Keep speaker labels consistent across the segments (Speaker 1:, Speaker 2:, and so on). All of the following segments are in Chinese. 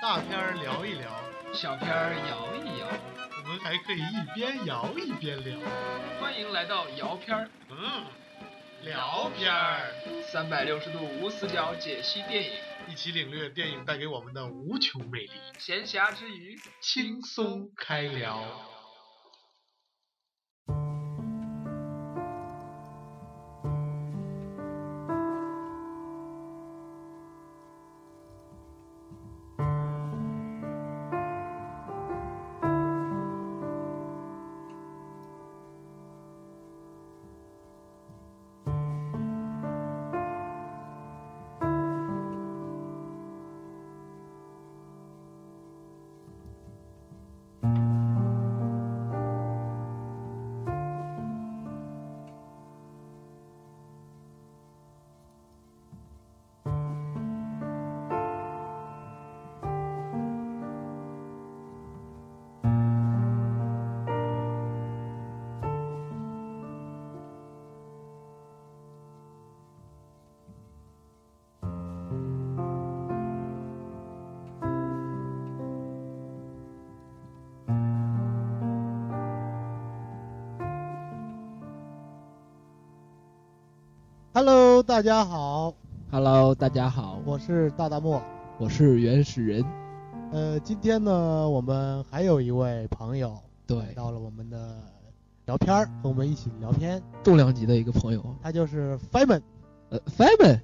Speaker 1: 大片儿聊一聊，
Speaker 2: 小片儿摇一摇，
Speaker 1: 我们还可以一边摇一边聊。
Speaker 2: 欢迎来到摇片儿
Speaker 1: 嗯，聊片儿，
Speaker 2: 三百六十度无死角解析电影，
Speaker 1: 一起领略电影带给我们的无穷魅力，
Speaker 2: 闲暇之余
Speaker 1: 轻松开聊。
Speaker 3: Hello，大家好，
Speaker 4: Hello，大家好，
Speaker 3: 我是大大漠。
Speaker 4: 我是原始人。
Speaker 3: 呃，今天呢，我们还有一位朋友来
Speaker 4: 对，
Speaker 3: 到了我们的聊天儿，和我们一起聊天。
Speaker 4: 重量级的一个朋友，
Speaker 3: 他就是 Feynman
Speaker 4: 呃，Feynman，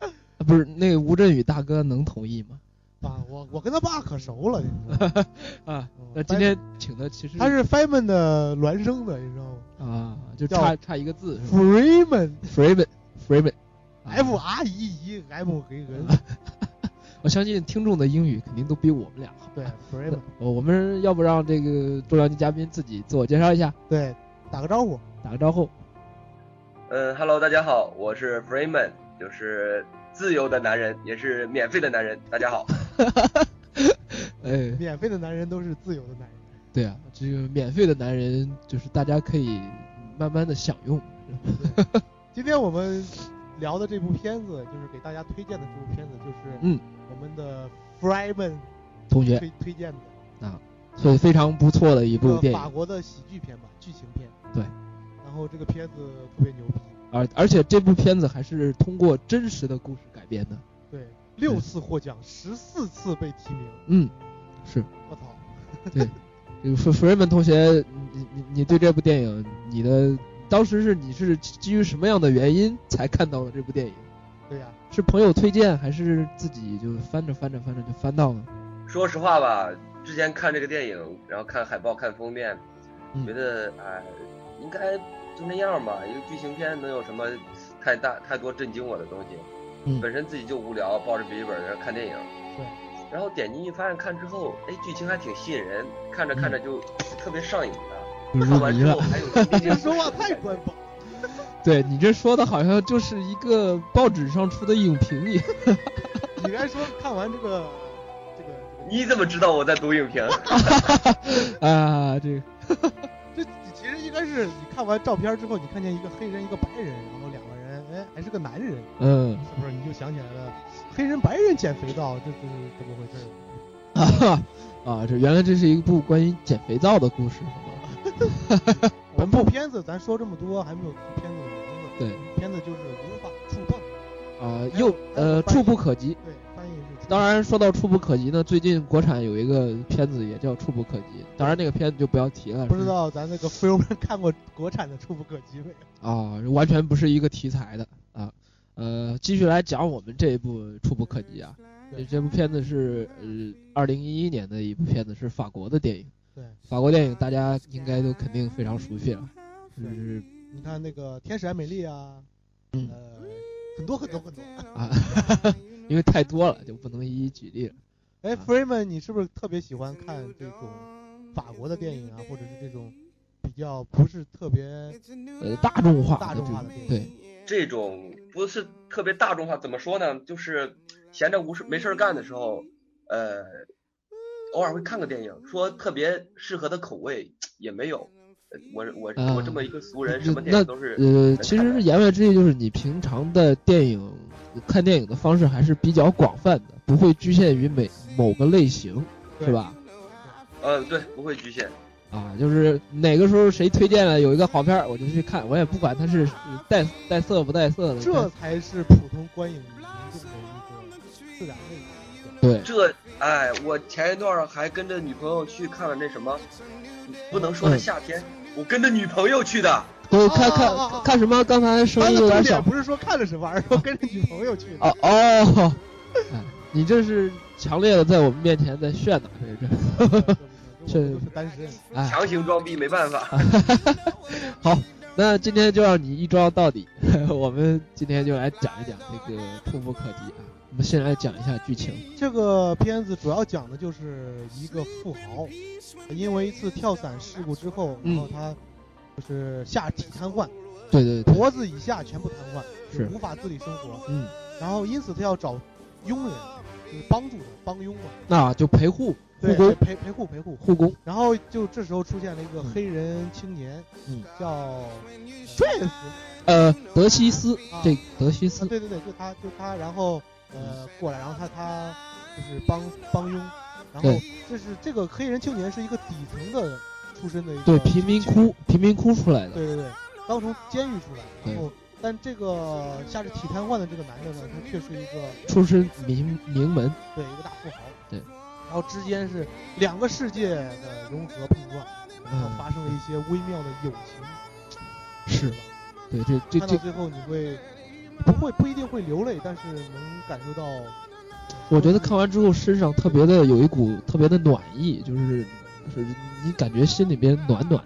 Speaker 4: 啊不是那个吴镇宇大哥能同意吗？
Speaker 3: 啊，我我跟他爸可熟了，你知道吗？
Speaker 4: 啊，
Speaker 3: 嗯
Speaker 4: 那今天请的其实
Speaker 3: Feynman- 他是 Feynman 的孪生的，你知道吗
Speaker 4: 啊，就
Speaker 3: 叫
Speaker 4: 差差一个字是吧
Speaker 3: ？Freeman，F
Speaker 4: ？Freeman，Freeman，F
Speaker 3: 啊
Speaker 4: 啊
Speaker 3: R E E M G N，
Speaker 4: 我相信听众的英语肯定都比我们俩好。
Speaker 3: 对，Freeman，
Speaker 4: 呃我们要不让这个重量级嘉宾自己自我介绍一下，
Speaker 3: 对，打个招呼。
Speaker 4: 打个招呼。
Speaker 5: 嗯，Hello，大家好，我是 Freeman，就是自由的男人，也是免费的男人。大家好，
Speaker 4: 哎，
Speaker 3: 免费的男人都是自由的男人。
Speaker 4: 对啊，这个免费的男人就是大家可以慢慢的享用。
Speaker 3: 今天我们聊的这部片子，就是给大家推荐的这部片子，就是
Speaker 4: 嗯，
Speaker 3: 我们的 Freeman
Speaker 4: 同学，
Speaker 3: 推推荐的。
Speaker 4: 所以非常不错的一部
Speaker 3: 呃
Speaker 4: 电影
Speaker 3: 法。国的喜剧片吧，剧情片。
Speaker 4: 对。
Speaker 3: 然后这个片子特别牛逼，
Speaker 4: 而而且这部片子还是通过真实的故事改编的。
Speaker 3: 对，六次获奖，十四次被提名，
Speaker 4: 嗯，是
Speaker 3: 我操！
Speaker 4: 这个弗弗瑞曼同学，你你你对这部电影，你的当时是你是基于什么样的原因才看到了这部电影？
Speaker 3: 对 呀、
Speaker 4: 是朋友推荐，还是自己就翻着翻着翻着就翻到了？
Speaker 5: 说实话吧，之前看这个电影，然后看海报、看封面，
Speaker 4: 嗯
Speaker 5: 觉得哎、应该就那样吧。一个剧情片能有什么太大太多震惊我的东西？
Speaker 4: 嗯
Speaker 5: 本身自己就无聊，抱着笔记本在那看电影。
Speaker 3: 对。
Speaker 5: 然后点进去发现看之后，哎，剧情还挺吸引人，看着看着就特别上瘾
Speaker 4: 就
Speaker 5: 的。看
Speaker 4: 入
Speaker 5: 完
Speaker 4: 迷
Speaker 5: 之
Speaker 4: 了
Speaker 5: 后。还有
Speaker 3: 你这说话太官方。
Speaker 4: 对你这说的好像就是一个报纸上出的影评一样。
Speaker 3: 你该说看完这个，这个，
Speaker 5: 你怎么知道我在读影评？
Speaker 4: 啊，这个
Speaker 3: 这个这其实应该是你看完照片之后，你看见一个黑人，一个白人，然后两个人，哎，还是个男人，
Speaker 4: 嗯
Speaker 3: 是不是？你就想起来了，黑人白人捡肥皂，这这是怎么回事？
Speaker 4: 啊哈啊，这原来这是一部关于捡肥皂的故事，是吧？
Speaker 3: 本部片子咱说这么多，还没有提片子的名字。
Speaker 4: 对，
Speaker 3: 片子就是无法触碰，
Speaker 4: 啊，
Speaker 3: 还有
Speaker 4: 又呃
Speaker 3: 还有
Speaker 4: 触不可及。
Speaker 3: 对，翻译是。嗯
Speaker 4: 当，然，说到触不可及呢，最近国产有一个片子也叫《触不可及》，当然那个片子就不要提了，
Speaker 3: 不知道咱那个飞友们 看过国产的《触不可及》没有？
Speaker 4: 是啊，完全不是一个题材的啊。呃，继续来讲我们这一部《触不可及》啊，这
Speaker 3: 对
Speaker 4: 这部片子是呃二零一一年的一部片子，是法国的电影。
Speaker 3: 对，
Speaker 4: 法国电影大家应该都肯定非常熟悉了，就是
Speaker 3: 你看那个《天使爱美丽》啊，
Speaker 4: 嗯
Speaker 3: 呃，很多很多很多。
Speaker 4: 啊，因为太多了就不能一一举例了。
Speaker 3: 哎
Speaker 4: 啊
Speaker 3: ，Freeman，你是不是特别喜欢看这种法国的电影啊，或者是这种比较不是特别
Speaker 4: 呃，大众化
Speaker 3: 大
Speaker 4: 的
Speaker 3: 众
Speaker 4: 这
Speaker 3: 化
Speaker 4: 种
Speaker 3: 的电影？
Speaker 4: 对，
Speaker 5: 这种不是特别大众化，怎么说呢？就是闲着无事没事儿干的时候，呃，偶尔会看个电影，说特别适合的口味也没有，我我
Speaker 4: 啊
Speaker 5: 我这么一个俗人，
Speaker 4: 那
Speaker 5: 什么电影
Speaker 4: 那
Speaker 5: 都是
Speaker 4: 呃
Speaker 5: 能，
Speaker 4: 其
Speaker 5: 看
Speaker 4: 实
Speaker 5: 的
Speaker 4: 言外之意就是你平常的电影看电影的方式还是比较广泛的，不会局限于每某个类型，
Speaker 3: 对
Speaker 4: 是吧？
Speaker 5: 嗯对，不会局限。
Speaker 4: 啊，就是哪个时候谁推荐了有一个好片儿，我就去看，我也不管它是呃带带色不带色的。
Speaker 3: 这才是普通观影民众的一个自然的一个状态。
Speaker 4: 对，
Speaker 5: 这哎，我前一段儿还跟着女朋友去看了那什么，不能说的
Speaker 4: 嗯
Speaker 5: 夏天，我跟着女朋友去的。
Speaker 4: 对，看
Speaker 3: 啊啊啊啊
Speaker 4: 看看什么？刚才声
Speaker 3: 他
Speaker 4: 音
Speaker 3: 的重
Speaker 4: 有点小
Speaker 3: 点。不是说看了什么，而是说跟着女朋友去的。
Speaker 4: 哦哦， 哎，你这是强烈的在我们面前在炫呐，这是。
Speaker 3: 这都是单身。
Speaker 4: 哎，
Speaker 5: 强行装逼没办法。
Speaker 4: 啊好，那今天就让你一招到底。 我们今天就来讲一讲这个触不可及啊。我们先来讲一下剧情。
Speaker 3: 这个片子主要讲的就是一个富豪，因为一次跳伞事故之后，然
Speaker 4: 嗯
Speaker 3: 后他就是下体瘫痪，
Speaker 4: 对对对，
Speaker 3: 脖子以下全部瘫痪，就是无法自理生活。
Speaker 4: 嗯，
Speaker 3: 然后因此他要找佣人，就是帮助他，帮佣嘛，
Speaker 4: 那就陪护护
Speaker 3: 对，哎
Speaker 4: 工
Speaker 3: 陪陪护陪护。
Speaker 4: 护工。
Speaker 3: 然后就这时候出现了一个黑人青年，
Speaker 4: 嗯，
Speaker 3: 叫啊 Trace，
Speaker 4: 呃，德西斯
Speaker 3: 啊，
Speaker 4: 这德西
Speaker 3: 啊
Speaker 4: 斯，
Speaker 3: 对对对，就他就他，然后
Speaker 4: 嗯
Speaker 3: 呃过来，然后他他就是帮帮佣，然后
Speaker 4: 对
Speaker 3: 这是这个黑人青年是一个底层的出身的一个
Speaker 4: 对贫民
Speaker 3: 青年
Speaker 4: 窟，贫民窟出来的。
Speaker 3: 对对对，刚从监狱出来，然后但这个下着体瘫痪的这个男的呢，他却是一个
Speaker 4: 出身名名门，
Speaker 3: 对一个大富豪，
Speaker 4: 对，
Speaker 3: 然后之间是两个世界的融合碰撞，然后
Speaker 4: 嗯，
Speaker 3: 发生了一些微妙的友情，
Speaker 4: 是
Speaker 3: 吧，
Speaker 4: 对，这这
Speaker 3: 看到
Speaker 4: 这，
Speaker 3: 最后你会不会不一定会流泪，但是能感受到。
Speaker 4: 我觉得看完之后身上特别的有一股特别的暖意，就是是你感觉心里边暖暖的。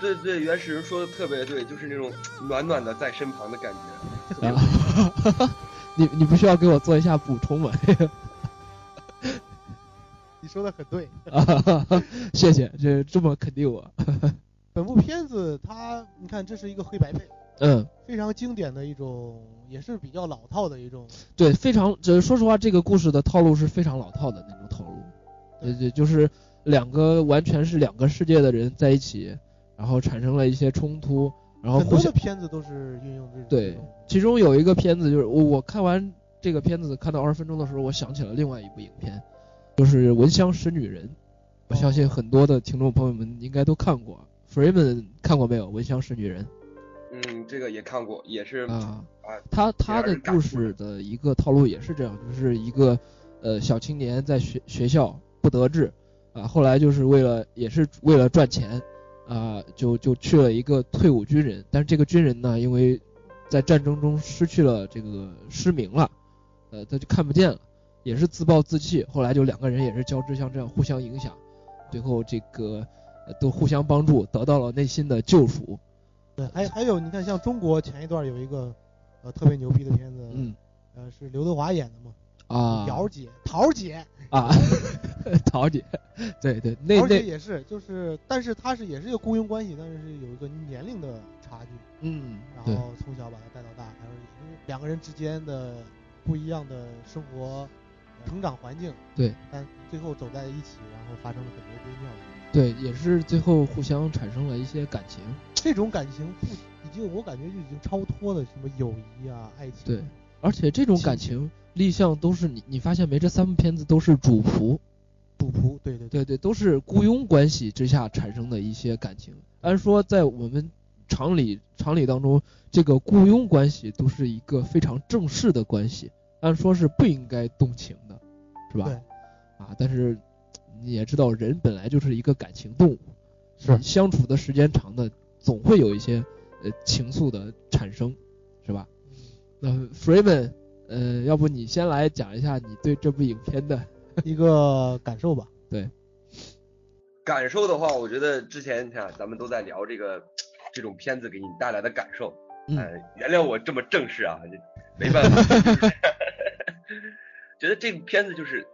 Speaker 5: 对对，原始人说的特别对，就是那种暖暖的在身旁的感觉。特别
Speaker 4: 啊你你不需要给我做一下补充吗？
Speaker 3: 你说的很对。
Speaker 4: 啊， 谢谢，这这么肯定我。
Speaker 3: 本部片子它，你看这是一个黑白配，
Speaker 4: 嗯，
Speaker 3: 非常经典的一种，也是比较老套的一种。
Speaker 4: 对，非常，这说实话，这个故事的套路是非常老套的那种套路。对对，就是两个完全是两个世界的人在一起，然后产生了一些冲突，然后
Speaker 3: 很
Speaker 4: 互
Speaker 3: 多
Speaker 4: 相
Speaker 3: 的。嗯片子都是运用这种。
Speaker 4: 对
Speaker 3: 这种
Speaker 4: 其中有一个片子，就是我我看完这个片子，看到二十分钟的时候，我想起了另外一部影片，就是《闻香识女人》。我相
Speaker 3: 哦
Speaker 4: 信很多的听众朋友们应该都看过。Freeman 看过没有？《闻香识女人》
Speaker 5: 嗯，这个也看过，也是
Speaker 4: 啊
Speaker 5: 啊，
Speaker 4: 他他
Speaker 5: 让
Speaker 4: 的
Speaker 5: 人感
Speaker 4: 故
Speaker 5: 触
Speaker 4: 事的一个套路也是这样，就是一个呃小青年在学学校不得志啊，后来就是为了也是为了赚钱啊，就就去了一个退伍军人，但是这个军人呢，因为在战争中失去了这个失明了，呃，他就看不见了，也是自暴自弃，后来就两个人也是交织像这样互相影响，最后这个。呃都互相帮助，得到了内心的救赎。
Speaker 3: 对，还还有你看，像中国前一段有一个呃特别牛逼的片子，
Speaker 4: 嗯
Speaker 3: 呃是刘德华演的嘛，
Speaker 4: 啊，
Speaker 3: 瑶姐、桃姐，
Speaker 4: 啊， 桃姐，对对，那
Speaker 3: 桃姐
Speaker 4: 那
Speaker 3: 也是，就是但是她是也是一个雇佣关系，但是是有一个年龄的差距，
Speaker 4: 嗯，
Speaker 3: 然
Speaker 4: 对，
Speaker 3: 后从小把她带到大，然后也是两个人之间的不一样的生活、呃成长环境，
Speaker 4: 对，
Speaker 3: 但最后走在一起，然后发生了很多微妙的事情，
Speaker 4: 对，也是最后互相产生了一些感情，
Speaker 3: 这种感情不已经我感觉就已经超脱了什么友谊啊、爱情啊，
Speaker 4: 对而且这种感情立项都是你，你发现没？这三部片子都是主仆，
Speaker 3: 主仆，对对对，
Speaker 4: 对对，都是雇佣关系之下产生的一些感情。按说在我们常理常理当中，这个雇佣关系都是一个非常正式的关系，按说是不应该动情的，是吧？
Speaker 3: 对
Speaker 4: 啊，但是你也知道，人本来就是一个感情动物，
Speaker 3: 是
Speaker 4: 你相处的时间长的，总会有一些呃情愫的产生，是吧？那 Freeman，呃，要不你先来讲一下你对这部影片的，
Speaker 3: 一个感受吧。
Speaker 5: 感受的话，我觉得之前你看咱们都在聊这个这种片子给你带来的感受，
Speaker 4: 嗯
Speaker 5: 呃，原谅我这么正式啊， 没办法。 觉得这个片子就是，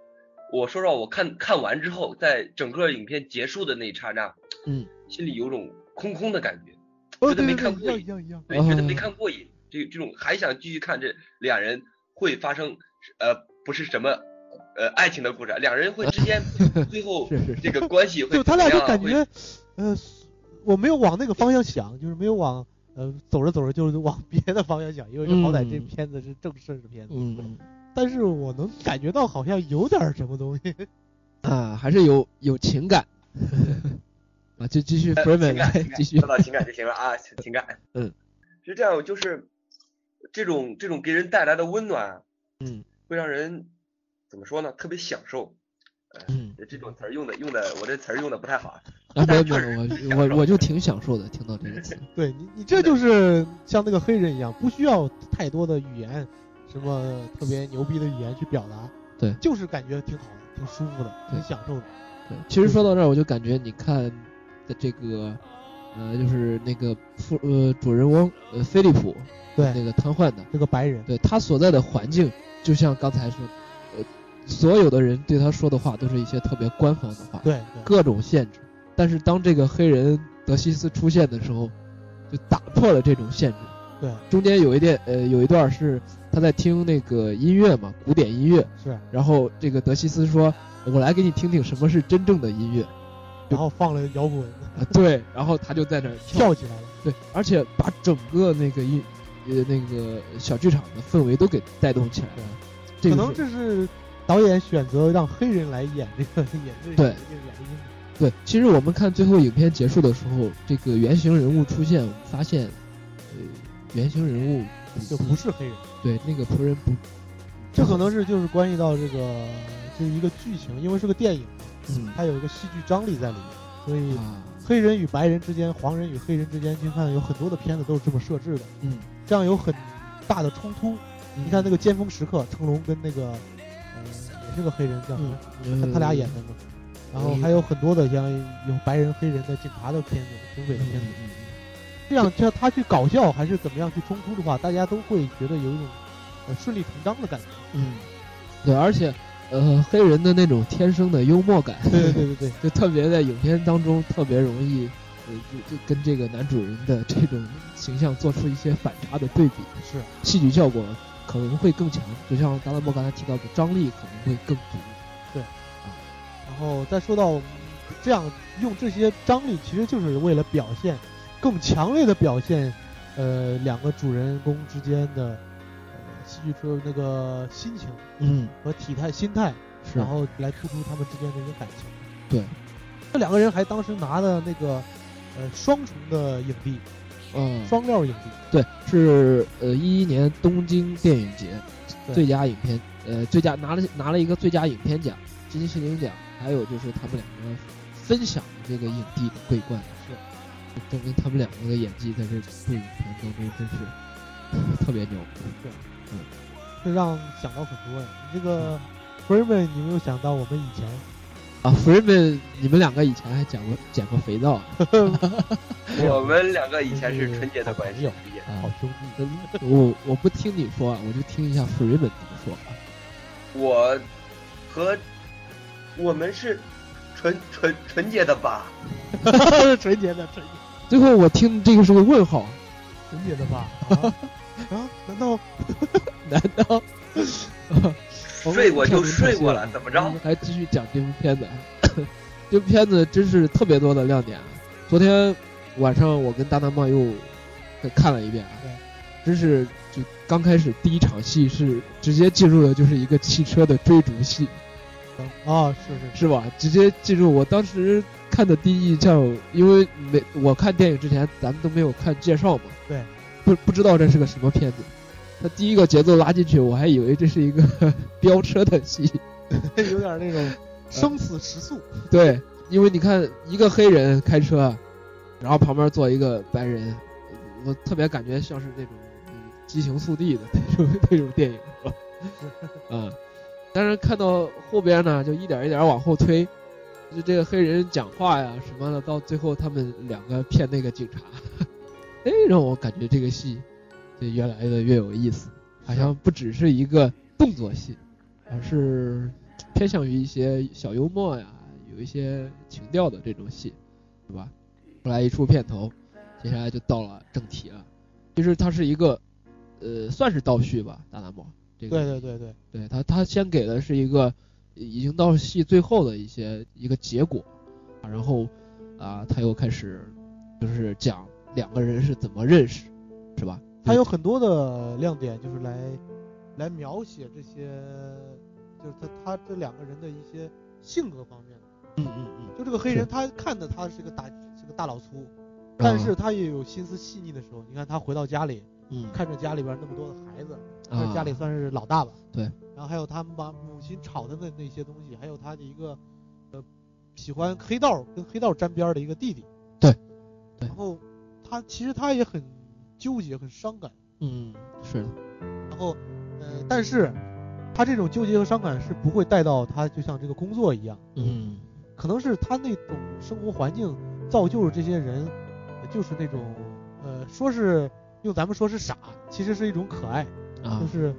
Speaker 5: 我说实话，我看看完之后，在整个影片结束的那一刹那，
Speaker 4: 嗯，
Speaker 5: 心里有种空空的感觉，
Speaker 3: 哦，
Speaker 5: 觉得
Speaker 3: 对
Speaker 5: 没
Speaker 3: 对
Speaker 5: 看
Speaker 3: 对，
Speaker 5: 过
Speaker 3: 一样一样一样。
Speaker 5: 对，觉
Speaker 4: 嗯
Speaker 5: 得没看过瘾，这这种还想继续看这俩人会发生，呃，不是什么，呃，爱情的故事， 两人会之间最后
Speaker 4: 是是是
Speaker 5: 这个关系会
Speaker 3: 就他
Speaker 5: 怎
Speaker 3: 俩
Speaker 5: 么
Speaker 3: 就
Speaker 5: 样啊
Speaker 3: 感
Speaker 5: 会
Speaker 3: 觉，呃，我没有往那个方向想，就是没有往呃走着走着就是往别的方向想，因为这好歹这
Speaker 4: 嗯
Speaker 3: 片子是正式的片子，
Speaker 4: 嗯
Speaker 3: 但是我能感觉到好像有点儿什么东西。
Speaker 4: 啊，还是有有情感 啊，就继续 Freeman
Speaker 5: 呃情感
Speaker 4: 来
Speaker 5: 情 感
Speaker 4: 继续
Speaker 5: 说，到情感就行了啊，情感，
Speaker 4: 嗯，
Speaker 5: 是这样，就是这种这种给人带来的温暖啊，
Speaker 4: 嗯
Speaker 5: 会让人怎么说呢？特别享受。
Speaker 4: 嗯
Speaker 5: 这种词儿用的用的，我这词儿用的不太好啊。
Speaker 4: 啊，没有没 有，我我我就挺享受的，听到这个词，
Speaker 3: 对你，你这就是像那个黑人一样，不需要太多的语言，什么特别牛逼的语言去表达，
Speaker 4: 对
Speaker 3: 就是感觉挺好的，挺舒服的，
Speaker 4: 对
Speaker 3: 挺享受的。
Speaker 4: 对，其实说到这儿，我就感觉你看的这个，呃，就是那个副呃主人翁呃菲利普那
Speaker 3: 对，
Speaker 4: 个瘫痪的，
Speaker 3: 这个白人，
Speaker 4: 对他所在的环境，就像刚才说，呃，所有的人对他说的话都是一些特别官方的话，
Speaker 3: 对对
Speaker 4: 各种限制。但是当这个黑人德西斯出现的时候，就打破了这种限制。
Speaker 3: 对，
Speaker 4: 中间有一点呃有一段是他在听那个音乐嘛，古典音乐，
Speaker 3: 是，
Speaker 4: 然后这个德西斯说：“我来给你听听什么是真正的音乐。”
Speaker 3: 然后放了摇滚，
Speaker 4: 啊，对，然后他就在那儿跳，
Speaker 3: 跳起来了。
Speaker 4: 对，而且把整个那个音，呃，那个小剧场的氛围都给带动起来了。这
Speaker 3: 可
Speaker 4: 个
Speaker 3: 能
Speaker 4: 是
Speaker 3: 这是导演选择让黑人来演这个 演这个
Speaker 4: 对
Speaker 3: 演这个原因。
Speaker 4: 对。其实我们看最后影片结束的时候，这个原型人物出现，我们发现，呃，原型人物
Speaker 3: 就不是黑人。
Speaker 4: 对那个仆人不，
Speaker 3: 这可能是就是关系到这个这一个剧情，因为是个电影，
Speaker 4: 嗯
Speaker 3: 它有一个戏剧张力在里面，所以
Speaker 4: 啊，
Speaker 3: 黑人与白人之间、黄人与黑人之间，你看有很多的片子都是这么设置的，
Speaker 4: 嗯，
Speaker 3: 这样有很大的冲突。你看那个《尖峰时刻》，成龙跟那个呃也是个黑人叫什么
Speaker 4: 嗯，，嗯，
Speaker 3: 他俩演的嘛。然后还有很多的像有白人、黑人的警察的片子、警匪
Speaker 4: 嗯
Speaker 3: 的片
Speaker 4: 嗯
Speaker 3: 子，
Speaker 4: 嗯
Speaker 3: 这样叫他去搞笑还是怎么样去冲突的话，大家都会觉得有一种呃顺理成章的感觉。
Speaker 4: 嗯，对，而且呃，黑人的那种天生的幽默感，
Speaker 3: 对对对对 对。
Speaker 4: 就特别在影片当中特别容易，呃，就就跟这个男主人的这种形象做出一些反差的对比，
Speaker 3: 是
Speaker 4: 戏剧效果可能会更强。就像达拉莫刚才提到的，张力可能会更足。
Speaker 3: 然后再说到这样用这些张力，其实就是为了表现更强烈的表现，呃，两个主人公之间的呃戏剧中那个心情
Speaker 4: 嗯，
Speaker 3: 和体态、心态，
Speaker 4: 是
Speaker 3: 然，后来突出他们之间的一个感情。
Speaker 4: 对，
Speaker 3: 这两个人还当时拿的那个呃双重的影帝，
Speaker 4: 嗯，
Speaker 3: 双料影帝，
Speaker 4: 对，是呃一一年东京电影节
Speaker 3: 对
Speaker 4: 最佳影片，呃，最佳拿了拿了一个最佳影片奖、金麒麟奖，还有就是他们两个分享这个影帝的桂冠，
Speaker 3: 是
Speaker 4: 就证明他们两个的演技在这部影片当中真是 呃特别牛。
Speaker 3: 这让想到很多呀。你这
Speaker 4: 嗯
Speaker 3: 个 Freeman，你有没有想到我们以前
Speaker 4: 啊，Freeman，你们两个以前还剪过剪过肥皂啊？哎
Speaker 5: 我们两个以前是纯洁的关系，
Speaker 3: 没有
Speaker 5: 是也
Speaker 3: 好
Speaker 4: 啊，
Speaker 3: 兄弟？
Speaker 4: 我我不听你说啊，我就听一下 Freeman 怎么说啊。
Speaker 5: 我和我们是纯纯纯洁的吧？
Speaker 3: 纯洁的，纯洁的。
Speaker 4: 最后我听这个是个问号，啊
Speaker 3: 纯洁的吧？啊，啊难道
Speaker 4: 难道？
Speaker 5: 睡过就睡过了，怎么着？
Speaker 4: 嗯还继续讲这部片子， 这部片子真是特别多的亮点啊！昨天晚上我跟大大梦又看了一遍啊
Speaker 3: 对，
Speaker 4: 真是就刚开始第一场戏是直接进入的就是一个汽车的追逐戏，
Speaker 3: 啊？是是是，
Speaker 4: 是吧？直接进入我当时看的第一印象，因为没我看电影之前咱们都没有看介绍嘛，
Speaker 3: 对，
Speaker 4: 不不知道这是个什么片子。他第一个节奏拉进去，我还以为这是一个 飙车的戏，
Speaker 3: 有点那种生死时速。
Speaker 4: 对，因为你看一个黑人开车，然后旁边坐一个白人，我特别感觉像是那种嗯激情速递的那种 那种电影，是吧？ 嗯，但是看到后边呢，就一点一点往后推，就这个黑人讲话呀什么的，到最后他们两个骗那个警察，哎，让我感觉这个戏就越来越越有意思，好像不只是一个动作戏，而是偏向于一些小幽默呀，有一些情调的这种戏，对吧？后来一出片头，接下来就到了正题了。其实它是一个，呃，算是倒叙吧，大蓝猫。这个
Speaker 3: 对对对对，
Speaker 4: 对他，他先给的是一个已经到戏最后的一些一个结果，啊然后啊，他又开始就是讲两个人是怎么认识，是吧？
Speaker 3: 它有很多的亮点，就是来来描写这些，就是他他这两个人的一些性格方面。
Speaker 4: 嗯嗯嗯，
Speaker 3: 就这个黑人，他看着他是个大是个大老粗，但是他也有心思细腻的时候。你看他回到家里，
Speaker 4: 嗯
Speaker 3: 看着家里边那么多的孩子，
Speaker 4: 啊
Speaker 3: 他家里算是老大吧。
Speaker 4: 对。
Speaker 3: 然后还有他妈母亲炒的那那些东西，还有他的一个呃喜欢黑道跟黑道沾边儿的一个弟弟。
Speaker 4: 对。对
Speaker 3: 然后他其实他也很纠结，很伤感。
Speaker 4: 嗯是的，
Speaker 3: 然后，呃，但是他这种纠结和伤感是不会带到他，就像这个工作一样，，
Speaker 4: 嗯
Speaker 3: 可能是他那种生活环境造就了这些人，呃就是那种，呃，说是用咱们说是傻，其实是一种可爱，
Speaker 4: 啊
Speaker 3: 就是，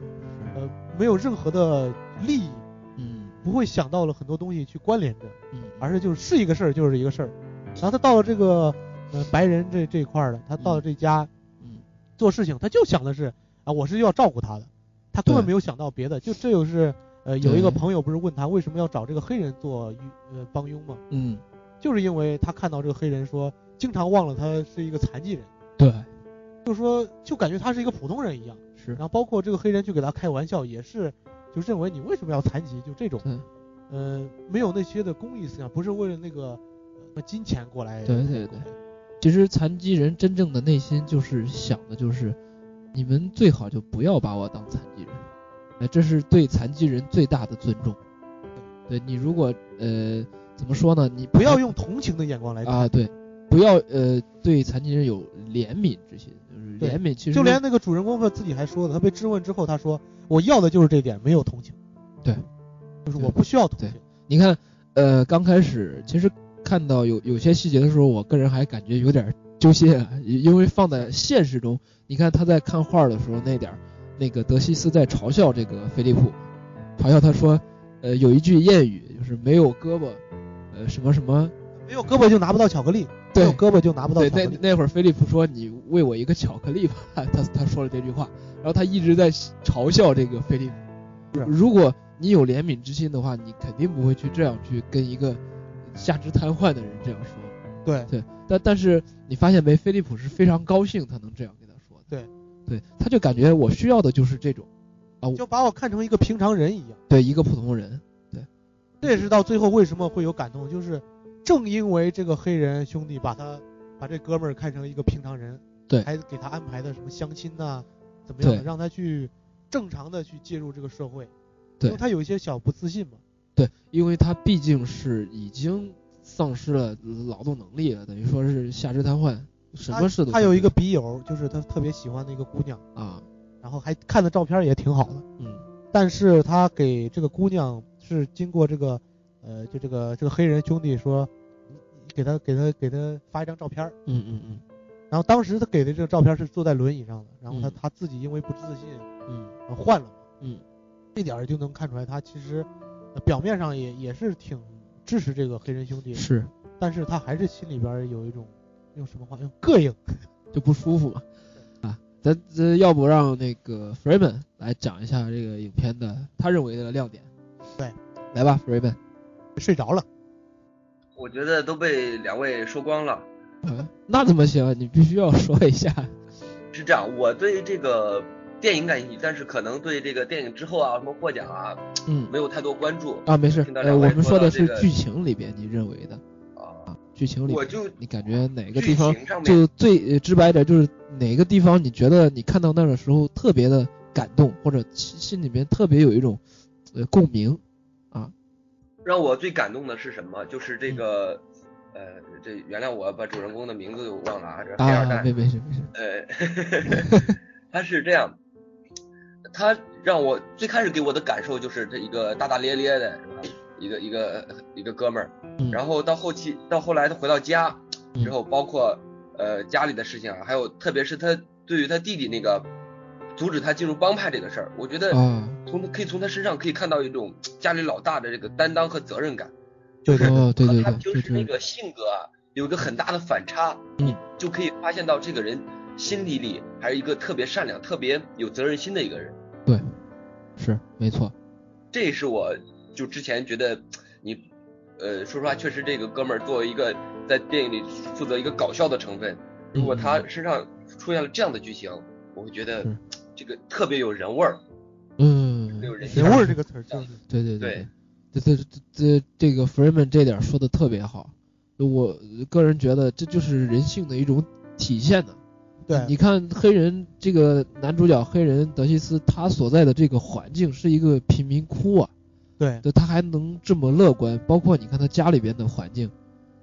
Speaker 3: 呃，没有任何的利益，
Speaker 4: 嗯
Speaker 3: 不会想到了很多东西去关联着，
Speaker 4: 嗯，
Speaker 3: 而是就是一个事儿就是一个事儿。然后他到了这个，呃，白人这这一块儿了，他到了这家，
Speaker 4: 嗯
Speaker 3: 做事情，他就想的是啊，我是要照顾他的，他根本
Speaker 4: 对
Speaker 3: 没有想到别的。就这就是呃，有一个
Speaker 4: 对
Speaker 3: 朋友不是问他为什么要找这个黑人做佣呃帮佣吗？
Speaker 4: 嗯
Speaker 3: 就是因为他看到这个黑人说，经常忘了他是一个残疾人，
Speaker 4: 对
Speaker 3: 就说就感觉他是一个普通人一样。
Speaker 4: 是
Speaker 3: 然后包括这个黑人去给他开玩笑，也是就认为你为什么要残疾，就这种
Speaker 4: 对，
Speaker 3: 呃，没有那些的公益思想，不是为了那个呃金钱过来。
Speaker 4: 对对对其实残疾人真正的内心就是想的就是，你们最好就不要把我当残疾人，哎，这是对残疾人最大的尊重。对你如果呃怎么说呢，你
Speaker 3: 不要用同情的眼光来看，
Speaker 4: 啊对，不要呃对残疾人有怜悯之心，就是
Speaker 3: 对
Speaker 4: 怜悯其实
Speaker 3: 就连那个主人公他自己还说的，他被质问之后，他说：“我要的就是这点，没有同情。”
Speaker 4: 对，
Speaker 3: 就是
Speaker 4: 对
Speaker 3: 我不需要同情。
Speaker 4: 你看呃刚开始其实看到有有些细节的时候，我个人还感觉有点揪心啊，因为放在现实中，你看他在看画的时候那点儿，那个德西斯在嘲笑这个菲利普，嘲笑他说，呃，有一句谚语就是没有胳膊，呃，什么什么，
Speaker 3: 没有胳膊就拿不到巧克力，没
Speaker 4: 对
Speaker 3: 有胳膊就拿不到
Speaker 4: 对，
Speaker 3: 巧克
Speaker 4: 那
Speaker 3: 力。
Speaker 4: 那会儿菲利普说你喂我一个巧克力吧， 他他说了这句话，然后他一直在嘲笑这个菲利普
Speaker 3: 是。啊
Speaker 4: 如果你有怜悯之心的话，你肯定不会去这样去跟一个下肢瘫痪的人这样说。
Speaker 3: 对
Speaker 4: 对，但但是你发现没，菲利普是非常高兴他能这样跟他说的。对，对，他就感觉我需要的就是这种，
Speaker 3: 就把我看成一个平常人一样。
Speaker 4: 对一个普通人。
Speaker 3: 这也是到最后为什么会有感动，就是正因为这个黑人兄弟把他把这哥们儿看成一个平常人，
Speaker 4: 对
Speaker 3: 还给他安排的什么相亲呐、怎么样的，
Speaker 4: 对
Speaker 3: 让他去正常的去介入这个社会，
Speaker 4: 对
Speaker 3: 因为他有一些小不自信嘛。
Speaker 4: 对，因为他毕竟是已经丧失了劳动能力了，等于说是下肢瘫痪，什么事都
Speaker 3: 他有
Speaker 4: 干
Speaker 3: 一个笔友，就是他特别喜欢的一个姑娘。
Speaker 4: 不了啊，
Speaker 3: 然后还看的照片也挺好的，
Speaker 4: 嗯。
Speaker 3: 但是他给这个姑娘是经过这个，呃，就这个这个黑人兄弟说，你你给他给他给他发一张照片儿，
Speaker 4: 嗯嗯
Speaker 3: 然后当时他给的这个照片是坐在轮椅上的，然后他、
Speaker 4: 嗯
Speaker 3: 他自己因为不自信，
Speaker 4: 嗯嗯
Speaker 3: 然后换了，
Speaker 4: 嗯，
Speaker 3: 这点儿就能看出来他其实、呃表面上也也是挺支持这个黑人兄弟，
Speaker 4: 是
Speaker 3: 但是他还是心里边儿有一种用什么话用膈应，
Speaker 4: 就不舒服嘛。啊，咱这要不让那个 Freeman 来讲一下这个影片的他认为的亮点。
Speaker 3: 对，
Speaker 4: 来吧，Freeman。
Speaker 3: 睡着了，
Speaker 5: 我觉得都被两位说光了。
Speaker 4: 啊，那怎么行？你必须要说一下。
Speaker 5: 是这样，我对这个电影感兴趣，但是可能对这个电影之后啊，什么获奖啊，
Speaker 4: 嗯
Speaker 5: 没有太多关注
Speaker 4: 啊，没事。
Speaker 5: 听到
Speaker 4: 呃，
Speaker 5: 两
Speaker 4: 我
Speaker 5: 位
Speaker 4: 们
Speaker 5: 说
Speaker 4: 说
Speaker 5: 到
Speaker 4: 的
Speaker 5: 这
Speaker 4: 是
Speaker 5: 个
Speaker 4: 剧情里边你认为的
Speaker 5: 啊。
Speaker 4: 啊，剧情里
Speaker 5: 我
Speaker 4: 边
Speaker 5: 就
Speaker 4: 你感觉哪个地
Speaker 5: 剧
Speaker 4: 方
Speaker 5: 情上面，
Speaker 4: 就最呃直白一点，就是哪个地方你觉得你看到那儿的时候特别的感动，或者心心里面特别有一种呃共鸣。
Speaker 5: 让我最感动的是什么？就是这个，呃，这原谅我把主人公的名字给忘了啊，这黑二
Speaker 4: 啊，
Speaker 5: 蛋
Speaker 4: 没，没事没事。
Speaker 5: 呃， 他是这样，他让我最开始给我的感受就是这一个大大咧咧的，是吧？一个一个一个哥们儿，
Speaker 4: 嗯
Speaker 5: 然后到后期到后来他回到家
Speaker 4: 嗯
Speaker 5: 之后，包括呃家里的事情啊，还有特别是他对于他弟弟那个阻止他进入帮派这个事儿，我觉得
Speaker 4: 啊。
Speaker 5: 从他可以从他身上可以看到一种家里老大的这个担当和责任感。
Speaker 3: 对对
Speaker 4: 哦， 对对
Speaker 5: 和他
Speaker 4: 对
Speaker 5: 平
Speaker 4: 对
Speaker 5: 时那
Speaker 4: 对，
Speaker 5: 个性格啊，有一个很大的反差，
Speaker 4: 嗯，
Speaker 5: 就可以发现到这个人心底里还是一个特别善良、特别有责任心的一个人。
Speaker 4: 是没错。
Speaker 5: 这是我就之前觉得你呃，说实话，确实这个哥们儿作为一个在电影里负责一个搞笑的成分，如
Speaker 3: 嗯
Speaker 5: 果他身上出现了这样的剧情，我会觉得
Speaker 3: 嗯
Speaker 4: 是
Speaker 5: 这个特别有人味儿。
Speaker 4: 嗯，
Speaker 5: 没有人
Speaker 3: 人味儿这个词儿就是
Speaker 4: 对对
Speaker 5: 对，
Speaker 4: 这这这这个 Freeman 这点儿说的特别好，我个人觉得这就是人性的一种体现呢、
Speaker 3: 对，
Speaker 4: 你看黑人这个男主角黑人德西斯，他所在的这个环境是一个贫民窟啊，
Speaker 3: 对，
Speaker 4: 对他还能这么乐观，包括你看他家里边的环境，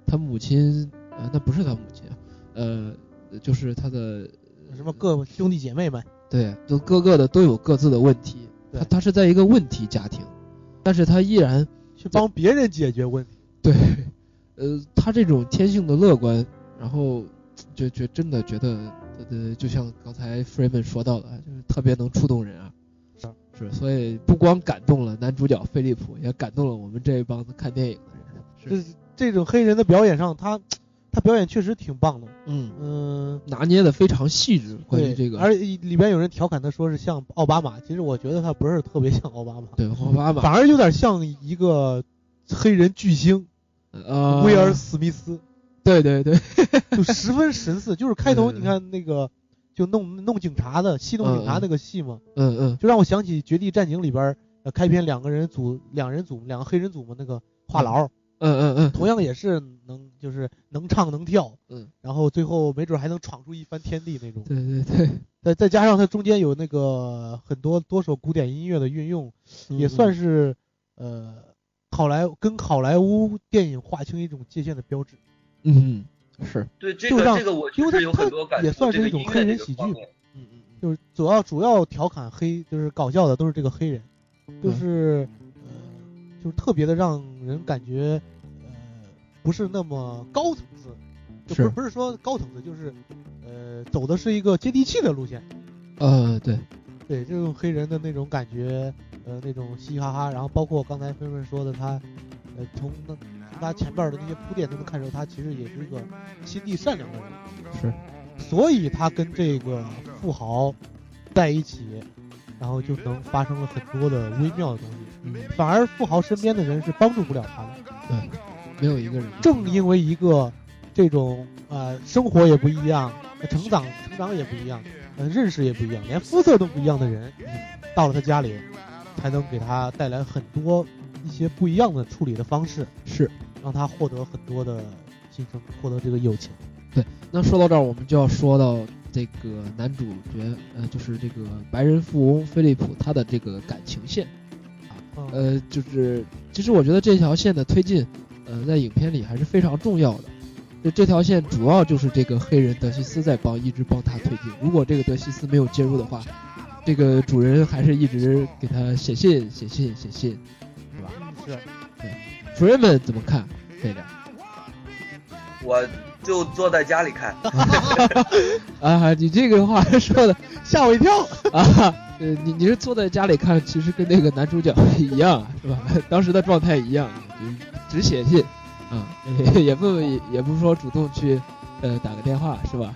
Speaker 4: 他母亲啊、呃那不是他母亲啊，呃，就是他的
Speaker 3: 什么各兄弟姐妹们，
Speaker 4: 对，都各个的都有各自的问题，
Speaker 3: 对
Speaker 4: 他他是在一个问题家庭，但是他依然
Speaker 3: 去帮别人解决问题，
Speaker 4: 对，呃，他这种天性的乐观，然后就就真的觉得，呃，就像刚才 Freeman 说到的，就是特别能触动人啊。
Speaker 3: 是
Speaker 4: 是，所以不光感动了男主角菲利普，也感动了我们这一帮子看电影的人。，
Speaker 3: 就是是这种黑人的表演上，他他表演确实挺棒的，
Speaker 4: 嗯，
Speaker 3: 嗯。
Speaker 4: 拿捏的非常细致，关于
Speaker 3: 对，
Speaker 4: 这个，
Speaker 3: 而里边有人调侃他说是像奥巴马，其实我觉得他不是特别像奥巴马，
Speaker 4: 对奥巴马，
Speaker 3: 反而有点像一个黑人巨星
Speaker 4: 呃，
Speaker 3: 威尔，史密 斯，
Speaker 4: 对对对，
Speaker 3: 就十分神似。就是开头
Speaker 4: 对对
Speaker 3: 你看那个就弄弄警察的戏弄警察
Speaker 4: 嗯嗯
Speaker 3: 那个戏嘛，
Speaker 4: 嗯嗯，
Speaker 3: 就让我想起《绝地战警》里边儿呃开篇两个人组两人组两个黑人组嘛那个话痨，
Speaker 4: 嗯嗯嗯，
Speaker 3: 同样也是能就是能唱能跳，
Speaker 4: 嗯，
Speaker 3: 然后最后没准还能闯出一番天地那种。
Speaker 4: 对对对，
Speaker 3: 再再加上它中间有那个很多多首古典音乐的运用，也算
Speaker 4: 是
Speaker 3: 是呃好莱跟好莱坞电影划清一种界限的标志。
Speaker 4: 嗯，嗯是，
Speaker 5: 对这
Speaker 3: 就
Speaker 5: 个
Speaker 3: 让
Speaker 5: 这个我
Speaker 3: 因为
Speaker 5: 确实
Speaker 3: 它
Speaker 5: 有
Speaker 3: 它
Speaker 5: 很多感触。
Speaker 3: 也算是
Speaker 5: 这
Speaker 3: 一种
Speaker 5: 个音
Speaker 3: 黑
Speaker 5: 乐
Speaker 3: 人
Speaker 5: 这个
Speaker 3: 喜
Speaker 5: 方
Speaker 3: 剧
Speaker 5: 面
Speaker 4: 嗯嗯嗯，
Speaker 3: 就是主要主要调侃黑，就是搞笑的都是这个黑人，就是、呃，就是特别的让人感觉呃不是那么高层次，就不
Speaker 4: 是
Speaker 3: 不是说高层次，就是呃走的是一个接地气的路线。
Speaker 4: 呃，对，
Speaker 3: 对，这种黑人的那种感觉，呃，那种嘻嘻哈哈，然后包括刚才菲菲说的他，呃，从那从他前边的那些铺垫都能看出，他其实也是一个心地善良的人。
Speaker 4: 是，
Speaker 3: 所以他跟这个富豪在一起，然后就能发生了很多的微妙的东西。
Speaker 4: 嗯，
Speaker 3: 反而富豪身边的人是帮助不了他的，
Speaker 4: 对，没有一个人
Speaker 3: 正因为一个这种呃生活也不一样，呃成长成长也不一样，呃认识也不一样，连肤色都不一样的人，
Speaker 4: 嗯
Speaker 3: 到了他家里，才能给他带来很多一些不一样的嗯处理的方式，
Speaker 4: 是。
Speaker 3: 让他获得很多的新生，获得这个友情。
Speaker 4: 那说到这儿，我们就要说到这个男主角，呃，就是这个白人富翁菲利普他的这个感情线，
Speaker 3: 嗯，
Speaker 4: 呃，就是其实我觉得这条线的推进，呃，在影片里还是非常重要的。就这条线主要就是这个黑人德西斯在帮，一直帮他推进。如果这个德西斯没有介入的话，这个主人还是一直给他写信、写信、写信。
Speaker 3: 是。
Speaker 4: 主人们怎么看这个？
Speaker 5: 我就坐在家里看，
Speaker 4: 啊，你这个话说的
Speaker 3: 吓我一 跳！
Speaker 4: 啊，呃，你你是坐在家里看，其实跟那个男主角一样，是吧？ 当时的状态一样，只只写信，
Speaker 3: 嗯
Speaker 4: 啊， 也也不也不是说主动去，呃，打个电话，是吧？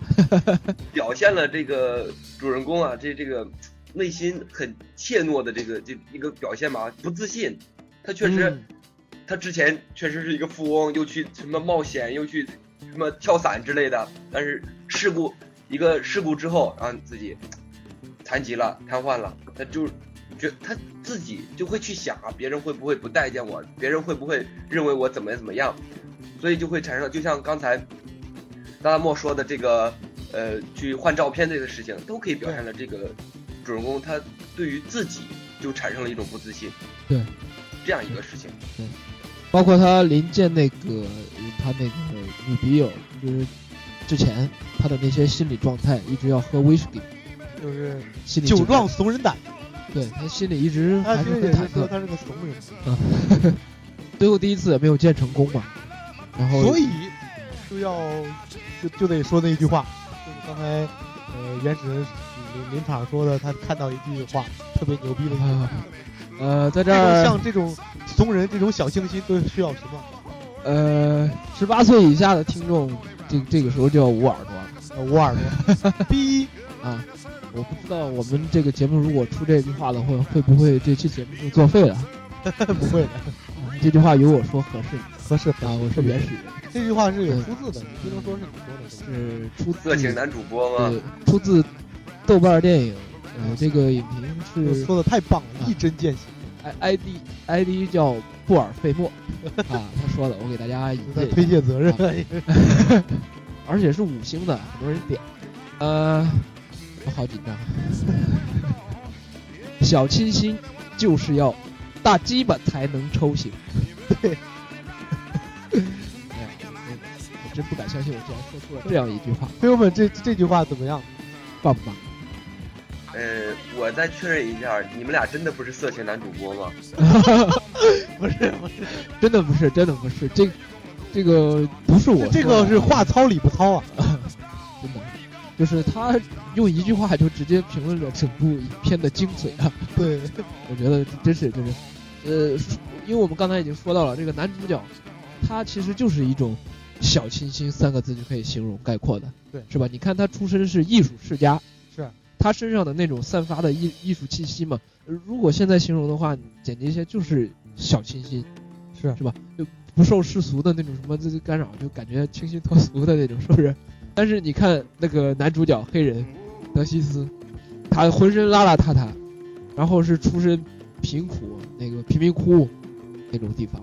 Speaker 5: 表现了这个主人公啊，这这个内心很怯懦的这个这一个表现吧，不自信。他确实，
Speaker 4: 嗯
Speaker 5: 他之前确实是一个富翁，又去什么冒险，又去什么跳伞之类的。但是事故一个事故之后，然后自己残疾了、瘫痪了，他就觉他自己就会去想啊，别人会不会不待见我，别人会不会认为我怎么怎么样，所以就会产生，就像刚才刚才莫说的这个呃，去换照片这个事情，都可以表现了这个主人公他对于自己就产生了一种不自信。
Speaker 4: 对，
Speaker 5: 这样一个事情。
Speaker 4: 包括他临见那个呃他那个女笔友，就是之前他的那些心理状态，一直要喝威士忌，
Speaker 3: 就是
Speaker 4: 心理
Speaker 3: 酒
Speaker 4: 紧
Speaker 3: 壮怂人胆，
Speaker 4: 张，对他心里一直
Speaker 3: 他
Speaker 4: 还
Speaker 3: 其
Speaker 4: 是
Speaker 3: 实也
Speaker 4: 很忐
Speaker 3: 是
Speaker 4: 忑
Speaker 3: 说。他是个怂人，
Speaker 4: 最后第一次也没有见成功嘛，然后
Speaker 3: 所以就要就就得说那一句话，就是刚才呃原始人林林场说的，他看到一句话特别牛逼的一句话，
Speaker 4: 啊 呃，在这
Speaker 3: 这种
Speaker 4: 儿
Speaker 3: 像这种怂人、这种小清新都需要什么？
Speaker 4: 呃，十八岁以下的听众，这这个时候就要捂耳朵了
Speaker 3: 呃，捂耳朵， 逼
Speaker 4: 啊！我不知道我们这个节目如果出这句话的话，会不会这期节目就作废了？啊
Speaker 3: 不会的，
Speaker 4: 啊这句话由我说合适吗。
Speaker 3: 合适合
Speaker 4: 啊，
Speaker 3: 适
Speaker 4: 我是原始人，
Speaker 3: 这句话是有出自的，你不能说是你说的是吧。
Speaker 4: 是出自
Speaker 5: 色情男主啊播吗？
Speaker 4: 嗯对，出自豆瓣儿电影，然后这个影评是
Speaker 3: 说的太棒了，
Speaker 4: 啊
Speaker 3: 一针见血。
Speaker 4: I I D I D 叫布尔费 默啊，他说的，我给大家引
Speaker 3: 有点
Speaker 4: 荐一下
Speaker 3: 推卸责任，
Speaker 4: 啊而且是五星的，很多人点。呃，我好紧张。 小清新就是要大鸡巴才能抽醒。
Speaker 3: 对
Speaker 4: 哎呀，我我真不敢相信我竟然说出了这样一句话，
Speaker 3: 朋友们，这这句话怎么样？
Speaker 4: 棒不棒？
Speaker 5: 呃，我再确认一下，你们俩真的不是色情男主播吗？
Speaker 3: 不是，不是，
Speaker 4: 真的不是，真的不是，这这个不是我
Speaker 3: 这
Speaker 4: 说的
Speaker 3: 个是话糙理不糙啊！
Speaker 4: 真的，就是他用一句话就直接评论了整部影片的精髓啊。
Speaker 3: 对，
Speaker 4: 我觉得真是就是，呃，因为我们刚才已经说到了这个男主角，他其实就是一种小清新三个字就可以形容概括的，
Speaker 3: 对
Speaker 4: 是吧？你看他出身是艺术世家，
Speaker 3: 是啊
Speaker 4: 他身上的那种散发的艺艺术气息嘛，呃如果现在形容的话，你简洁一些就是小清新，
Speaker 3: 是
Speaker 4: 是吧？就不受世俗的那种什么这这干扰，就感觉清新脱俗的那种，是不是？ 但是你看那个男主角黑人德西斯，他浑身邋邋遢遢，然后是出身贫苦那个贫民窟那种地方，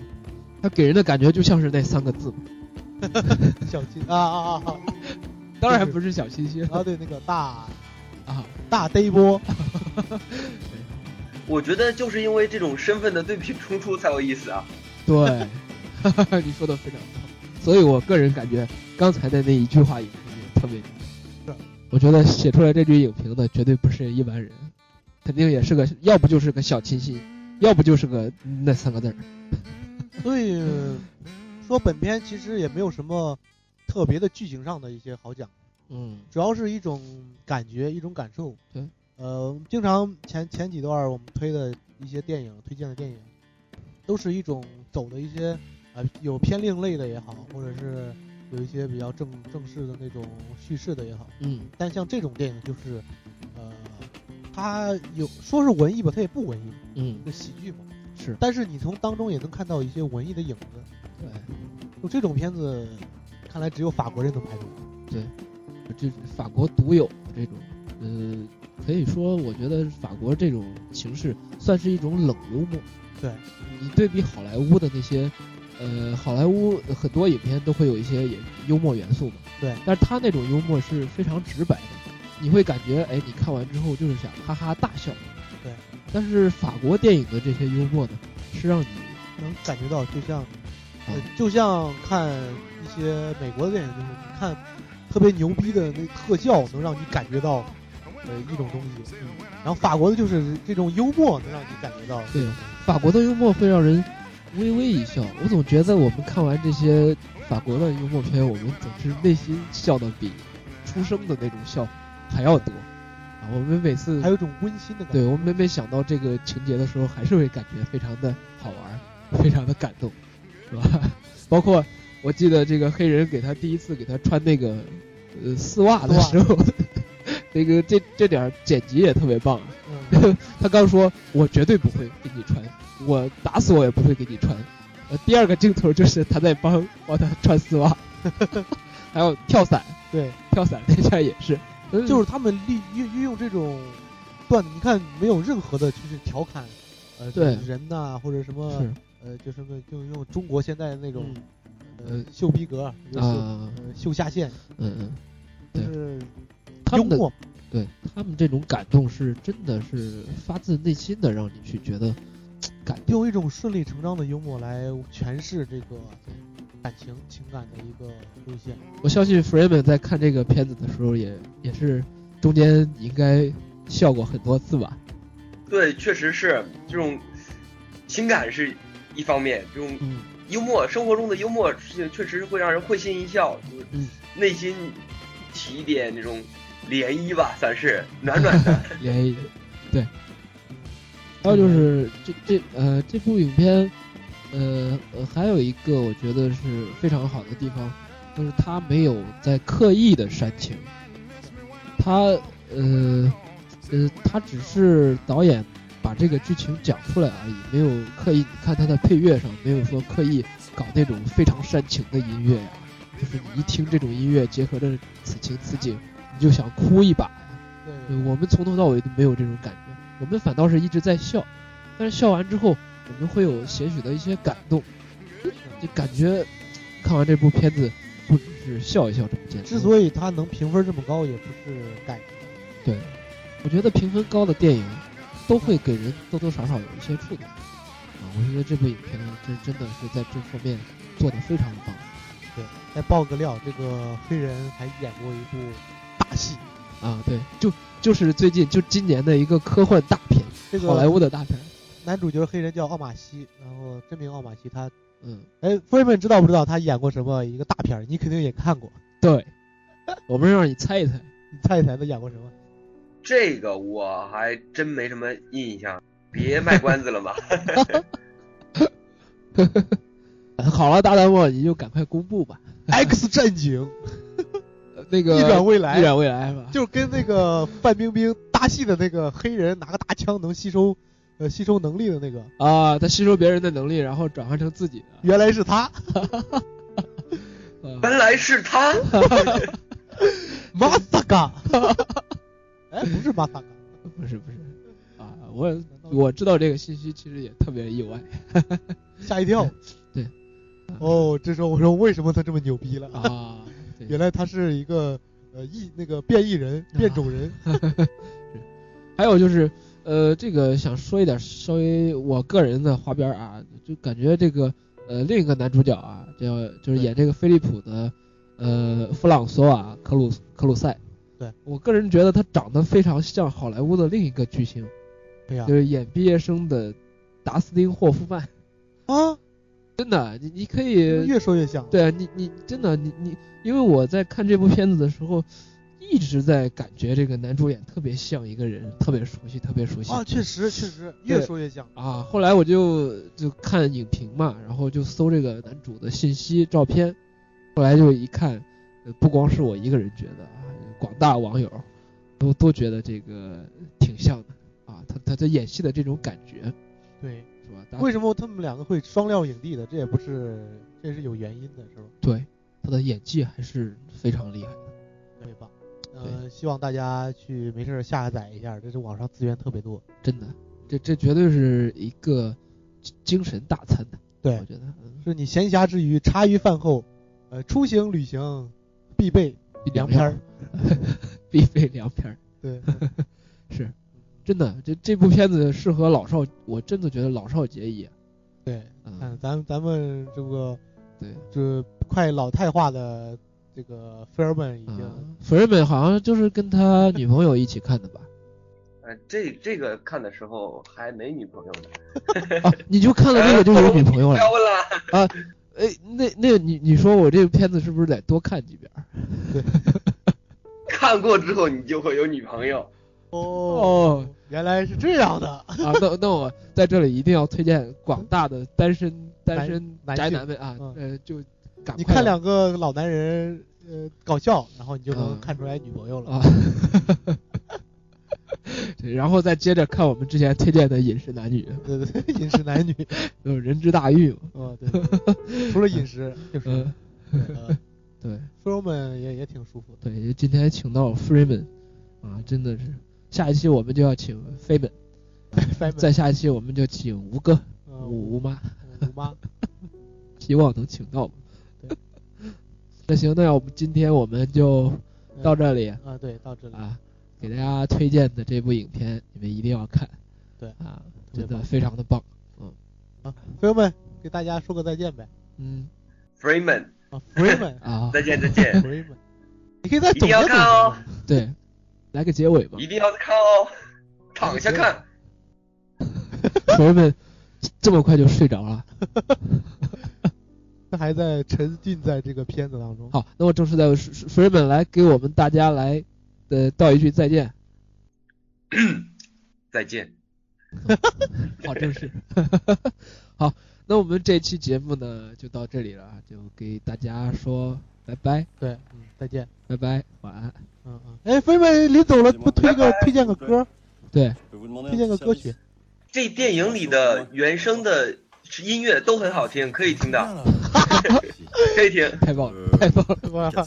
Speaker 4: 他给人的感觉就像是那三个字嘛。
Speaker 3: 小清啊啊啊
Speaker 4: 当然不是小清新
Speaker 3: 啊！啊，对，那个大
Speaker 4: 啊，
Speaker 3: 大呆波，
Speaker 5: 我觉得就是因为这种身份的对比冲突才有意思啊。
Speaker 4: 对， 你说的非常棒。所以我个人感觉刚才的那一句话影评也特别
Speaker 3: 是
Speaker 4: 牛，我觉得写出来这句影评的绝对不是一般人，肯定也是个，要不就是个小清新，要不就是个那三个字儿。
Speaker 3: 所以说本片其实也没有什么特别的剧情上的一些好讲。
Speaker 4: 嗯，
Speaker 3: 主要是一种感觉，一种感受。
Speaker 4: 对，
Speaker 3: 呃，经常前前几段我们推的一些电影，推荐的电影，都是一种走的一些呃有偏另类的也好，或者是有一些比较正正式的那种叙事的也好。
Speaker 4: 嗯，
Speaker 3: 但像这种电影就是，呃，它有说是文艺吧，它也不文艺，
Speaker 4: 嗯，
Speaker 3: 就喜剧嘛。
Speaker 4: 是
Speaker 3: 但是你从当中也能看到一些文艺的影子。
Speaker 4: 对，
Speaker 3: 就这种片子，看来只有法国人能拍出来。
Speaker 4: 这法国独有这种，呃，可以说我觉得法国这种形式算是一种冷幽默。
Speaker 3: 对，
Speaker 4: 你对比好莱坞的那些，呃，好莱坞很多影片都会有一些也幽默元素嘛。
Speaker 3: 对，
Speaker 4: 但是他那种幽默是非常直白的，你会感觉哎，你看完之后就是想哈哈大笑。
Speaker 3: 对，
Speaker 4: 但是法国电影的这些幽默呢，是让你
Speaker 3: 能感觉到，就像，呃
Speaker 4: 嗯，
Speaker 3: 就像看一些美国的电影，就是你看特别牛逼的那特效，能让你感觉到呃一种东西。然后法国的就是这种幽默，能让你感觉到
Speaker 4: 对法国的幽默会让人微微一笑。我总觉得我们看完这些法国的幽默片，我们总是内心笑的比出生的那种笑还要多。啊，我们每次
Speaker 3: 还有一种温馨的感
Speaker 4: 对
Speaker 3: 觉。
Speaker 4: 我们每每想到这个情节的时候，还是会感觉非常的好玩，非常的感动，是吧？ 包括我记得这个黑人给他第一次给他穿那个呃丝袜的时候， 那个这这点儿剪辑也特别棒。啊
Speaker 3: 嗯，
Speaker 4: 他刚说：“我绝对不会给你穿，我打死我也不会给你穿。”呃，第二个镜头就是他在帮帮他穿丝袜， 还有跳伞，
Speaker 3: 对，
Speaker 4: 跳伞那下也是，
Speaker 3: 就是他们利运运用这种段子，你看没有任何的就是调侃，呃，
Speaker 4: 对
Speaker 3: 人呐、或者什么
Speaker 4: 是
Speaker 3: 呃，就什么就用中国现在的那种、
Speaker 4: 嗯
Speaker 3: 呃秀逼格，就是、
Speaker 4: 啊，
Speaker 3: 呃秀下限，
Speaker 4: 嗯嗯，
Speaker 3: 就
Speaker 4: 对
Speaker 3: 是
Speaker 4: 他
Speaker 3: 幽
Speaker 4: 们的
Speaker 3: 默。
Speaker 4: 对他们这种感动是真的是发自内心的，让你去觉得感动。
Speaker 3: 用一种顺理成章的幽默来诠释这个感情情感的一个路线。
Speaker 4: 我相信 Freeman 在看这个片子的时候也也是中间应该笑过很多次吧？
Speaker 5: 对，确实是这种情感是一方面，这种
Speaker 4: 嗯，
Speaker 5: 幽默，生活中的幽默是确实会让人会心一笑，就是
Speaker 4: 嗯
Speaker 5: 内心起一点那种涟漪吧，算是暖暖的。
Speaker 4: 联谊，对。还有就是这这呃这部影片，呃呃还有一个我觉得是非常好的地方，就是他没有在刻意的煽情，他呃呃他只是导演把这个剧情讲出来而已，没有刻意。你看它的配乐上，没有说刻意搞那种非常煽情的音乐呀，就是你一听这种音乐，结合着此情此景，你就想哭一把呀。对
Speaker 3: 对
Speaker 4: 我们从头到尾都没有这种感觉，我们反倒是一直在笑，但是笑完之后，我们会有些许的一些感动，就感觉看完这部片子，不只是笑一笑这么简单。
Speaker 3: 之所以它能评分这么高，也不是改
Speaker 4: 我觉得评分高的电影，都会给人多多少少有一些触动啊。我觉得这部影片真真的是在这方面做得非常棒。
Speaker 3: 对。再爆个料，这个黑人还演过一部大戏，
Speaker 4: 啊，对，就就是最近就今年的一个科幻大片，
Speaker 3: 这
Speaker 4: 好莱
Speaker 3: 个
Speaker 4: 坞的大片。
Speaker 3: 男主角黑人叫奥马西，然后真名奥马西，他
Speaker 4: 嗯，
Speaker 3: 哎，夫人们知道不知道他演过什么一个大片儿？你肯定也看过，
Speaker 4: 对， 我们让你猜一猜。
Speaker 3: 你猜一猜他演过什么？
Speaker 5: 这个我还真没什么印象，别卖关子了吧。
Speaker 4: 好了，大胆我你就赶快公布吧。
Speaker 3: X 战警，
Speaker 4: 呃那个
Speaker 3: 逆转未
Speaker 4: 逆
Speaker 3: 来，
Speaker 4: 转未来是吧？
Speaker 3: 就是跟那个范冰冰搭戏的那个黑人拿个大枪能吸收，呃，吸收能力的那个，
Speaker 4: 啊，他吸收别人的能力，然后转换成自己的。
Speaker 3: 原来是他。
Speaker 4: 呃
Speaker 5: 原来是他，
Speaker 3: 马萨嘎， 哎，不是马萨嘎，
Speaker 4: 不是不是，啊，我 我知道这个信息，其实也特别意外
Speaker 3: 吓一跳。
Speaker 4: 对，
Speaker 3: 哦，这时候我说为什么他这么牛逼了？
Speaker 4: 啊。对
Speaker 3: 原来他是一个呃异那个变异人、
Speaker 4: 啊
Speaker 3: 变种 人。
Speaker 4: 还有就是，呃，这个想说一点稍微我个人的花边儿啊，就感觉这个呃另一个男主角啊，叫就是演这个菲利普的，呃弗朗索瓦克鲁克鲁塞。
Speaker 3: 对
Speaker 4: 我个人觉得他长得非常像好莱坞的另一个巨星，
Speaker 3: 对哎呀
Speaker 4: 就，是演毕业生的达斯汀霍夫曼。
Speaker 3: 啊，
Speaker 4: 真的，你你可以
Speaker 3: 越说越像。，
Speaker 4: 呃对啊，你你真的你你，因为我在看这部片子的时候，一直在感觉这个男主演特别像一个人，特别熟悉，特别熟悉
Speaker 3: 啊，确实确实
Speaker 4: 对
Speaker 3: 越说越像。
Speaker 4: 啊。后来我就就看影评嘛，然后就搜这个呃男主的信息、照片，后来就一看，呃不光是我一个人觉得啊，广大网友都都觉得这个挺像的啊，他他他演戏的这种感觉
Speaker 3: 对，
Speaker 4: 是吧？大
Speaker 3: 为什么他们两个会双料影帝的？这也不是，这是有原因的，是吧？
Speaker 4: 对他的演技还是非常厉害的。
Speaker 3: 特别棒。呃，希望大家去没事儿下载一下，这是网上资源特别多。
Speaker 4: 真的，这这绝对是一个精精神大餐的，
Speaker 3: 对
Speaker 4: 我，觉得、嗯、
Speaker 3: 是你闲暇之余、茶余饭后，呃，出行旅行必备良片 儿。
Speaker 4: 必备良片儿，
Speaker 3: 对，
Speaker 4: 是
Speaker 3: 嗯
Speaker 4: 真的。这这部片子适合老少，我真的觉得老少皆宜啊。
Speaker 3: 对，看
Speaker 4: 嗯，
Speaker 3: 咱咱们这个
Speaker 4: 对，
Speaker 3: 这快老态化的这个菲尔本已经
Speaker 4: 嗯，福瑞美好像就是跟他女朋友一起看的 吧？
Speaker 5: 呃，这这个看的时候还没女朋友呢。
Speaker 4: 啊，你就看了这个就有女朋友
Speaker 5: 不
Speaker 3: 哎
Speaker 4: 了
Speaker 5: 要问了，
Speaker 4: 哎，那那你你说我这个片子是不是得多看几遍儿？
Speaker 5: 看过之后你就会有女朋友。
Speaker 3: 哦，原来是这样的。
Speaker 4: 啊，那那我在这里一定要推荐广大的单身单身
Speaker 3: 男
Speaker 4: 宅
Speaker 3: 性
Speaker 4: 男们啊，
Speaker 3: 嗯
Speaker 4: 呃，就赶快
Speaker 3: 你看两个老男人呃搞笑，然后你就能看出来女朋友了。
Speaker 4: 嗯啊， 对，然后再接着看我们之前推荐的《饮食男女
Speaker 3: 对对 对，饮食男女，》，
Speaker 4: 呃，人之大欲嘛，
Speaker 3: 哦 对，对除了饮食就是
Speaker 4: 嗯，
Speaker 3: 呃
Speaker 4: 对
Speaker 3: 菲尔本也也挺舒服的。
Speaker 4: 对，今天请到 Freeman，啊，真的是，下一期我们就要请飞本，
Speaker 3: 菲尔
Speaker 4: 再
Speaker 3: 本
Speaker 4: 下一期我们就请吴哥、
Speaker 3: 呃
Speaker 4: 吴吴妈，
Speaker 3: 吴妈，
Speaker 4: 希望能请到我们。 那行，那我们今天我们就
Speaker 3: 嗯
Speaker 4: 到这里
Speaker 3: 啊对到这里
Speaker 4: 啊，给大家推荐的这部影片，你们一定要看，
Speaker 3: 对
Speaker 4: 啊，
Speaker 3: 特别
Speaker 4: 真的
Speaker 3: 棒
Speaker 4: 非常的棒，
Speaker 3: 朋友们给大家说个再见呗
Speaker 4: 嗯
Speaker 5: Freeman，
Speaker 3: 啊朋友 们
Speaker 4: 啊，
Speaker 5: 再见再 见，
Speaker 3: 朋友们，你可以再总结总
Speaker 5: 一定要
Speaker 3: 结
Speaker 5: 看哦
Speaker 3: 嘛。
Speaker 4: 对，来个结尾吧。
Speaker 5: 一定要看哦，躺下看。
Speaker 4: 朋友们这么快就睡着了。
Speaker 3: 他还在沉浸在这个片子当中。
Speaker 4: 好，那我正式在水本来给我们大家来呃道一句再见，
Speaker 5: 再见，
Speaker 4: 好正式。 好，那我们这期节目呢就到这里了啊，就给大家说拜拜，
Speaker 3: 对，嗯，再见。
Speaker 4: 拜拜，晚安。
Speaker 3: 嗯嗯。哎，飞飞临走了，不推个推荐个歌，
Speaker 4: 对，
Speaker 3: 推荐个歌曲。
Speaker 5: 这电影里的原声的音乐都很好听，可以听的，可以听。
Speaker 4: 太棒了，太棒了，
Speaker 3: 哇，
Speaker 4: 那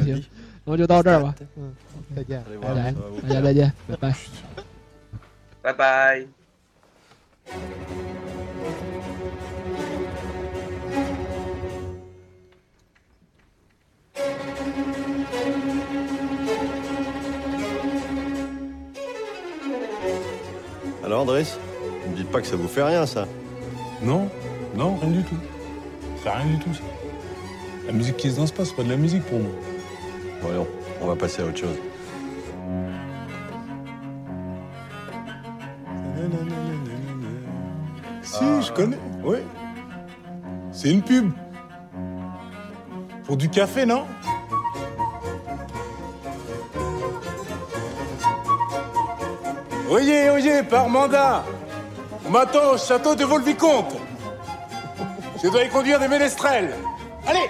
Speaker 4: 行，那我就到这儿吧，
Speaker 3: 再见。
Speaker 4: 拜拜，大家再见，拜拜。
Speaker 5: 拜拜。
Speaker 6: Alors Andrés, ne me dites pas que ça vous fait rien ça.
Speaker 7: Non, non, rien du tout. C'est rien du tout, ça. La musique qui se danse pas, c'est pas de la musique pour moi.
Speaker 6: Voyons, on va passer à autre chose.
Speaker 7: Si, je connais, oui. C'est une pub. Pour du café, non Oyez, oyez, par mandat. On m'attend au château de Volvicomte. Je dois y conduire des ménestrels. Allez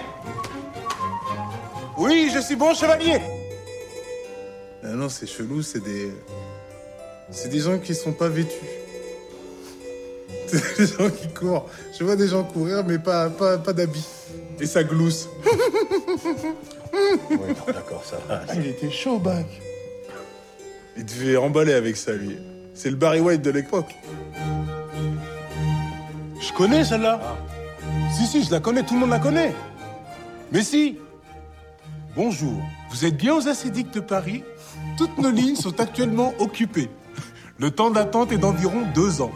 Speaker 7: Oui, je suis bon chevalier. Ah Non, non, c'est chelou, c'est des... C'est des gens qui sont pas vêtus. C'est des gens qui courent. Je vois des gens courir, mais pas, pas, pas d'habits. Et ça glousse.
Speaker 6: Oui, bon, d'accord, ça va.
Speaker 7: Ah, il était chaud, bac. Il devait emballer avec ça, lui. C'est le Barry White de l'époque. Je connais celle-là. Si, si, je la connais, tout le monde la connaît. Mais si. Bonjour. Vous êtes bien aux acédiques de Paris Toutes nos lignes sont actuellement occupées. Le temps d'attente est d'environ deux ans.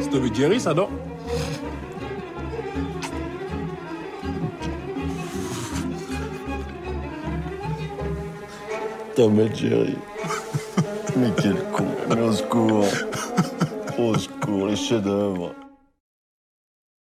Speaker 7: C'était guéri, ça, non
Speaker 6: Putain, mais Jerry. Mais quel con. Mais au secours. Au secours, les chefs-d'œuvre.